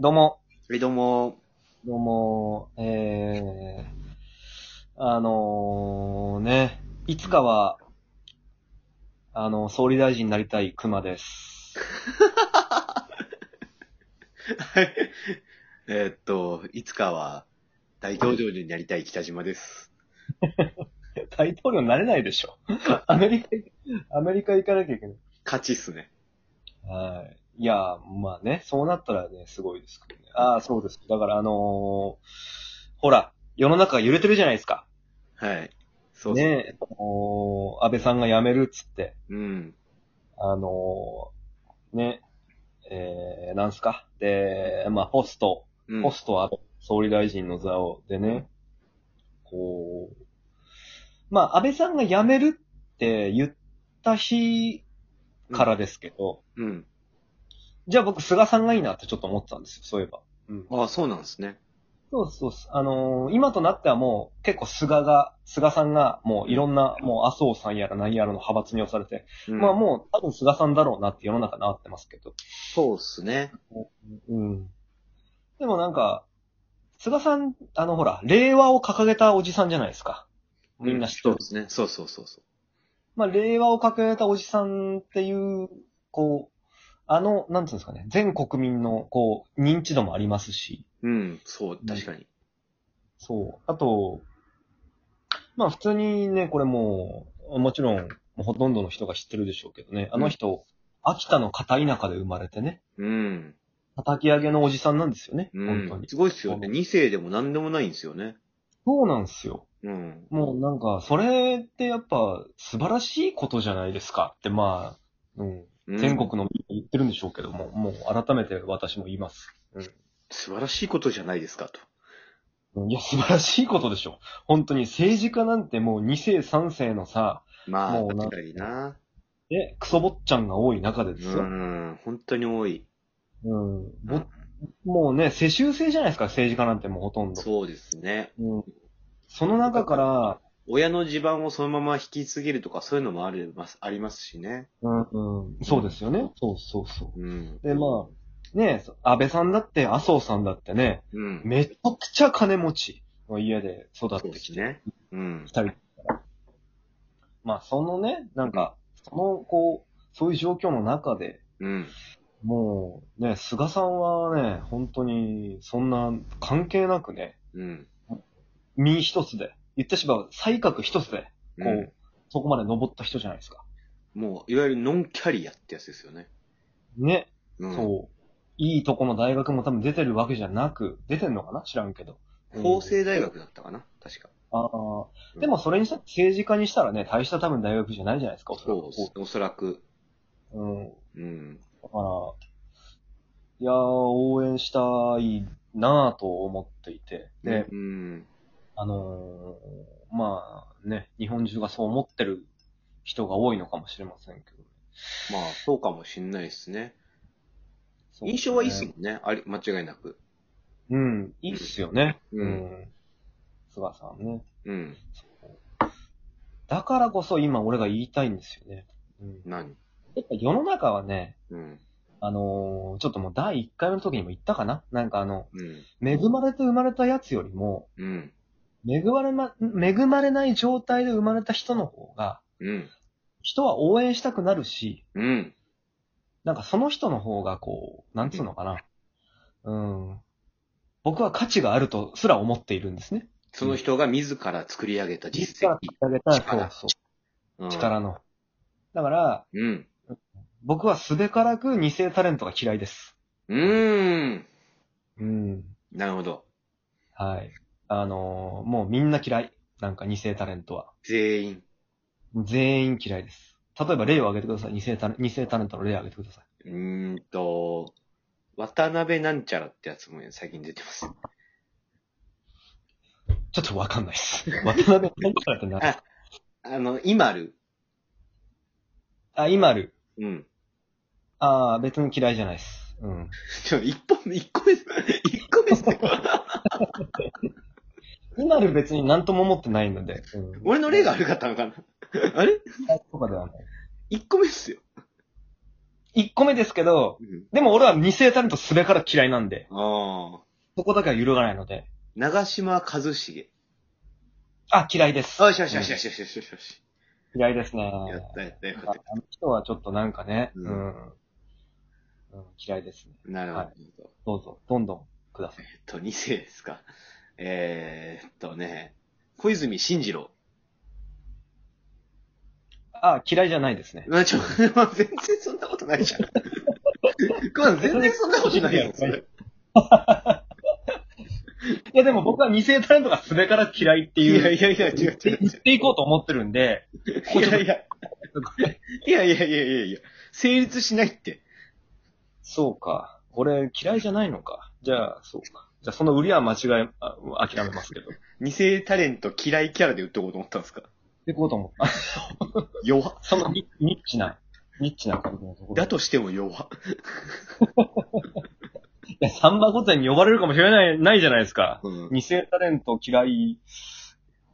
どうも、はい、どうも。どうも、えー、あのー、ね、いつかは、あの、総理大臣になりたい熊です。はい。えーっと、いつかは、大統領になりたい北島です。大統領になれないで しょ。アメリカ、アメリカ行かなきゃいけない。勝ちっすね。はい。いや、まあね、そうなったらね、すごいですけどね。ああ、そうです。だからあのー、ほら、世の中揺れてるじゃないですか。はい。そうそう。ね、あのー安倍さんが辞めるっつって。うん。あのーね、えー、なんすか。で、まあ、ポスト、うん。ポストは総理大臣の座を、でね、こう、まあ、安倍さんが辞めるって言った日からですけど、うん。じゃあ僕、菅さんがいいなってちょっと思ってたんですよ、そういえば。うん。ああ、そうなんですね。そうそうそう、あのー今となってはもう、結構菅が、菅さんが、もういろんな、もう麻生さんやら何やらの派閥に押されて、うんまあもう、多分菅さんだろうなって世の中なってますけど。そうっすね。うん。でもなんか、菅さん、あのほら、令和を掲げたおじさんじゃないですか。みんな知ってそる。うですね。そうそうそうそまあ、令和を掲げたおじさんっていう、こう、あの、なんていうんですかね、全国民の、こう、認知度もありますし、う。うん。そう、確かに。そう。あと、まあ普通にね、これもう、もちろん、もうほとんどの人が知ってるでしょうけどね、あの人、秋田の片田舎で生まれてね、うん。叩き上げのおじさんなんですよね、う本当んに。。すごいっすよね。2世でも何でもないんですよね。そうなんですよ。うん。もうなんか、それってやっぱ素晴らしいことじゃないですかって、まあ、うん、うん全国の言ってるんでしょうけども、もう改めて私も言います。素晴らしいことじゃないですか、と。うんいや、素晴らしいことでしょ。本当に政治家なんてもう2世3世のさ、まあ、もうな確かにな。え、クソ坊っちゃんが多い中でですうよ。ん。本当に多い。うん。ぼもうね、世襲制じゃないですか、政治家なんてもうほとんど。そうですね。うん。その中から、親の地盤をそのまま引き継げるとか、そういうのもあります、ありますしね。うん、うん、そうですよね。そうそうそう。うん。で、まあ、ね安倍さんだって、麻生さんだってね、うん。めちゃくちゃ金持ちの家で育っそうでてすきて、ね。うん二。人からまあ、そのね、なんか、その、こう、そういう状況の中で、うん。もう、ね、菅さんはね、本当に、そんな関係なくね、うん。身一つで、言ってしまう、才覚一つで、こう、うんそこまで登った人じゃないですか。もう、いわゆるノンキャリアってやつですよね。ね、うん。そう。いいとこの大学も多分出てるわけじゃなく、出てんのかな知らんけど。法政大学だったかな確か。ああ。でもそれにした政治家にしたらね、大した多分大学じゃないじゃないですか、おそらくそうです。おそらく。うん。うん。だから、いやー、応援したいなぁと思っていて。で、うん。あのーまあね、日本中がそう思ってる人が多いのかもしれませんけど。まあ、そうかもしんないですね。そう印象はいいっすもんね。あり、間違いなく。うん、いいっすよね。う。うんん。菅さんね。うん。だからこそ今俺が言いたいんですよね。うん。何やっぱ世の中はね、うん。あのーちょっともう第1回目の時にも言ったかななんかあの、うん。恵まれて生まれたやつよりも、うん。恵まれま、恵まれない状態で生まれた人の方が、うん。人は応援したくなるし、うん。なんかその人の方がこう、なんつうのかな。うん。僕は価値があるとすら思っているんですね。その人が自ら作り上げた実実績は。上げた力そううそんう、力の。だから、うん。僕はすべからく二世タレントが嫌いです。うーん。うん。なるほど。はい。あのーもうみんな嫌い。なんか二世タレントは。全員。全員嫌いです。例えば例を挙げてください。二世タレ二世タレントの例を挙げてください。うーんと、渡辺なんちゃらってやつも最近出てます。ちょっとわかんないです。渡辺なんちゃらってなああの、イマル。あ、今ある。うん。ああ、別に嫌いじゃないです。うん。ちょ、一本目、一個目、一個目っすね今ある別に何とも思ってないので。うん、 俺の例が悪かったのかなあれとかではない。一個目っすよ。 1個目ですけど、うん。でも俺は二世タレントすべから嫌いなんで、ああ。そこだけは揺るがないので、長島一茂。あ、嫌いです。あ、よしよしよしよしよしよしよし。嫌いですね。やったやったやったあ。あの人はちょっとなんかね、ううんん。うん嫌いですね。なるほど。はいどうぞ、どんどんください。えっと、2世ですか。えー、っとね、小泉進次郎。あ、嫌いじゃないですね。まあ、ちょ、まあ、全然そんなことないじゃん。こん全然そんなことないやん、それ。いやでも僕は二世タレントがすべから嫌いっていいう。やいやいや、違う違う違言っていこうと思ってるん で、う。いやいや、いやいやいやいやいや、成立しないって。そうか。俺嫌いじゃないのか。じゃあ、そうか。じゃあその売りは間違い、あ諦めますけど。二世タレント嫌いキャラで売ってこうと思ったんですかでこうと思った。弱っ。そのニニッチな、ニッチな感じのところ。だとしても弱っ。いや、サンバ御殿に呼ばれるかもしれない、ないじゃないですか。うん。二世タレント嫌い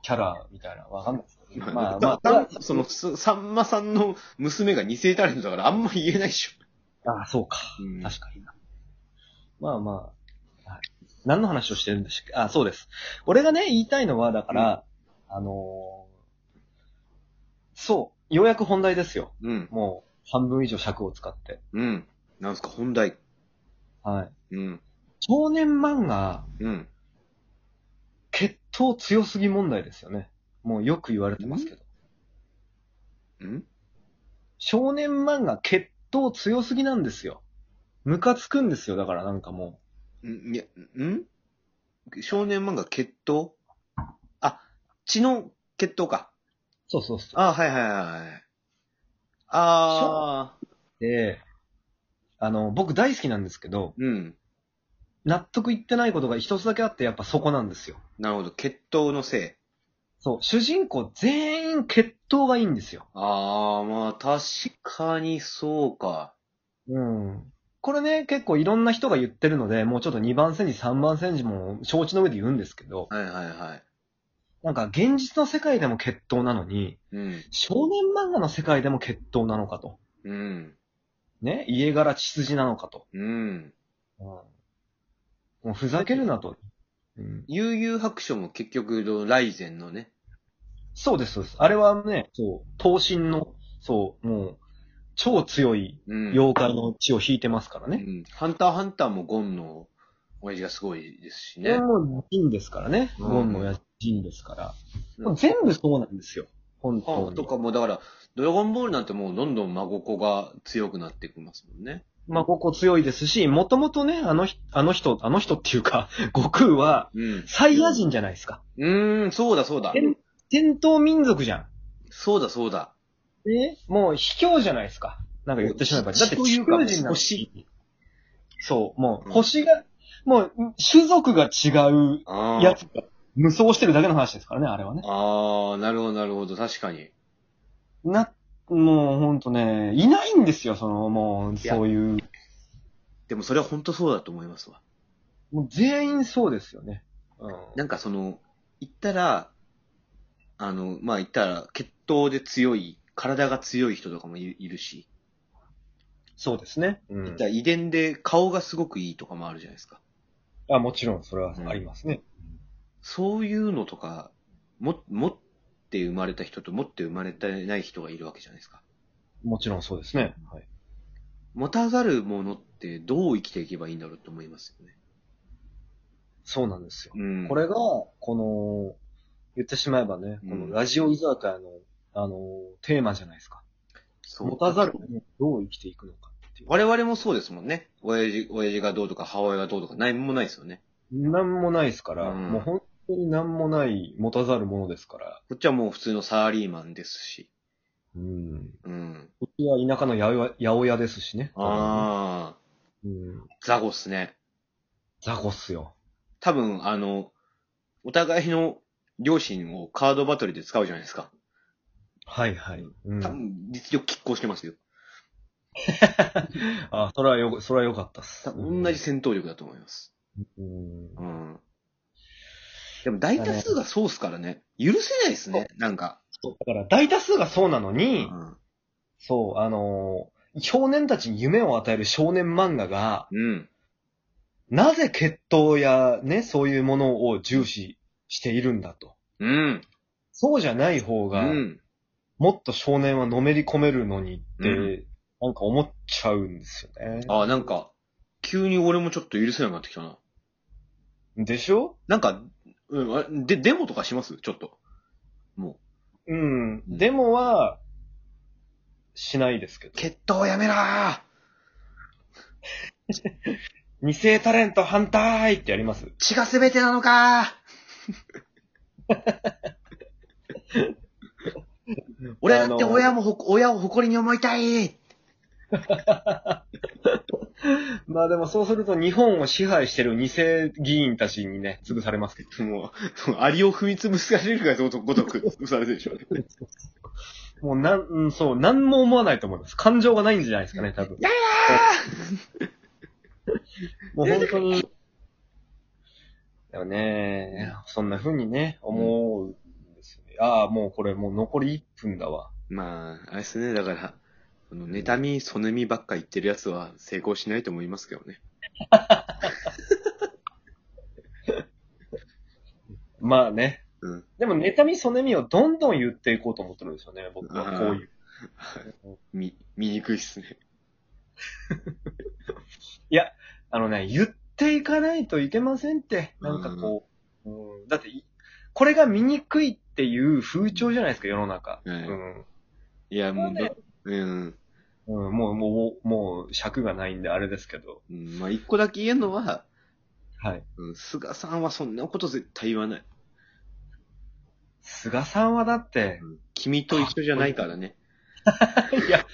キャラみたいな、わかんないですけどね。まあまたあ、その、すさんまさんの娘が二世タレントだからあんま言えないでしああ、そうか。ょ。うん確かにな。まあまあ、はい、何の話をしてるんでしたっけあ、そうです。俺がね、言いたいのは、だから、あのーそう、ようやく本題ですよ。うん。もう、半分以上尺を使って。うん。なんすか、本題。はい。うん。少年漫画、うん。血統強すぎ問題ですよね。もうよく言われてますけど。うん少年漫画、血統強すぎなんですよ。ムカつくんですよ、だからなんかもんいや、ん少年漫画血統あ、血の血統か。う。そうそうそう。あ、はいはいはい。ああ、で、あの、僕大好きなんですけど、うん。納得いってないことが一つだけあって、やっぱそこなんですよ。なるほど。血統のせい。そう、主人公全員血統がいいんですよ。ああ、まあ確かにそうか。うん。これね、結構いろんな人が言ってるので、もうちょっと2番戦時、3番戦時も承知の上で言うんですけど、はいはいはい。なんか現実の世界でも血統なのに、うん。少年漫画の世界でも血統なのかと。うん。ね、家柄血筋なのかと。うん。うん。もうふざけるなと。うん。悠々白書も結局、ライゼンのね。そうです、そうです。あれはね、そう、闘神の、そう、もう、超強いうん。妖怪の血を引いてますからうね。ん。ハンターハンターもゴンの親父がすごいですしこれね。もジンですからね。うんゴンのやつジンですから。うんもう全部そうなんですよ。本あ当とに。かも、だから、ドラゴンボールなんてもうどんどん孫子が強くなってきますもんね。まあ、ここ強いですし、もともとね、あの人、あの人、あの人っていうか、悟空は、うん。サイヤ人じゃないですか。うーん、そうだそうだ。戦戦闘民族じゃん。そうだそうだ。えもう卑怯じゃないですか。なんか言ってしまえば。地だって地球人なんだ星そう、もうう、ん星が、もう、種族が違うあーやつが無双してるだけの話ですからね、あれはね。あー、なるほどなるほど、確かに。な、もうほんとね、いないんですよ、その、もう、やそういう。でもそれは本当そうだと思いますわ。もう全員そうですよね。うん。なんかその、言ったら、あの、まあ言ったら、血統で強い、体が強い人とかもいいるし、そうですね。う言んった。ら遺伝で顔がすごくいいとかもあるじゃないですか。あ、もちろん、それはありますね。そういうのとか、も、持って生まれた人と持って生まれてない人がいるわけじゃないですか。もちろんそうですね。はい。持たざるものってどう生きていけばいいんだろうと思いますよね。そうなんですよ。うんこれが、この、言ってしまえばね、このラジオ居酒屋の、あの、テーマじゃないですか。そう持たざるものをどう生きていくのかっていう。我々もそうですもんね。親父、親父がどうとか母親がどうとか、何もないですよね。なんもないですから、うんもう本当になんもない、持たざるものですから。こっちはもう普通のサラリーマンですし。うん。うん。こっちは田舎の八百屋八百屋ですしね。ああ、うん。ザゴっすね。雑魚っすよ。多分、あの、お互いの両親をカードバトルで使うじゃないですか。はいはい。うん多分、実力拮抗してますよ。あ、それはよ、それは良かったっす。多分、同じ戦闘力だと思います。うん。うん。でも大多数がそうっすからね。許せないですね、なんか。そうだから大多数がそうなのうに、ん。そう、あのー少年たちに夢を与える少年漫画が、うん。なぜ血統やね、そういうものを重視しているんだと。うん。そうじゃない方うが、ん。もっと少年はのめり込めるのにって、うんなんか思っちゃうんですよね。あ、なんか、急に俺もちょっと許せなくなってきたな。でしょなんか、うん、あで、デモとかしますちょっと。もうん。うんデモは、しないですけう。ど。決闘やめら二世タレント反対ってやりますー血が全てなのかー 俺だって親もほ、親を誇りに思いたいまあでもそうすると日本を支配してる二世議員たちにね、潰されますけど。もう、アリを踏み潰されるがごとく、されてる でしょ。もうなん、うんそう、なんも思わないと思います。感情がないんじゃないですかね、多分。やもう本当 に。でもね、そんな風にね、思うんですよね。ああ、もうこれもう残り1分だわ。まあ、あれですね、だから、この妬み、そねみばっか言ってるやつは成功しないと思いますけどね。まあね。うん。でも、妬み、そねみをどんどん言っていこうと思ってるんですよね、僕は。こういう。 み、見にくいっすね。あのね、言っていかないといけませんって。なんかこう。うんだってい、これが醜いっていう風潮じゃないですか、世の中。はいうんいや、もうそうだど、うん。うん、もう、もう、もう、尺がないんであれですけど。うんまあ、一個だけ言えるのは、はい。うん、菅さんはそんなこと絶対言わない。菅さんはだってう、ん君と一緒じゃないからね。 いや、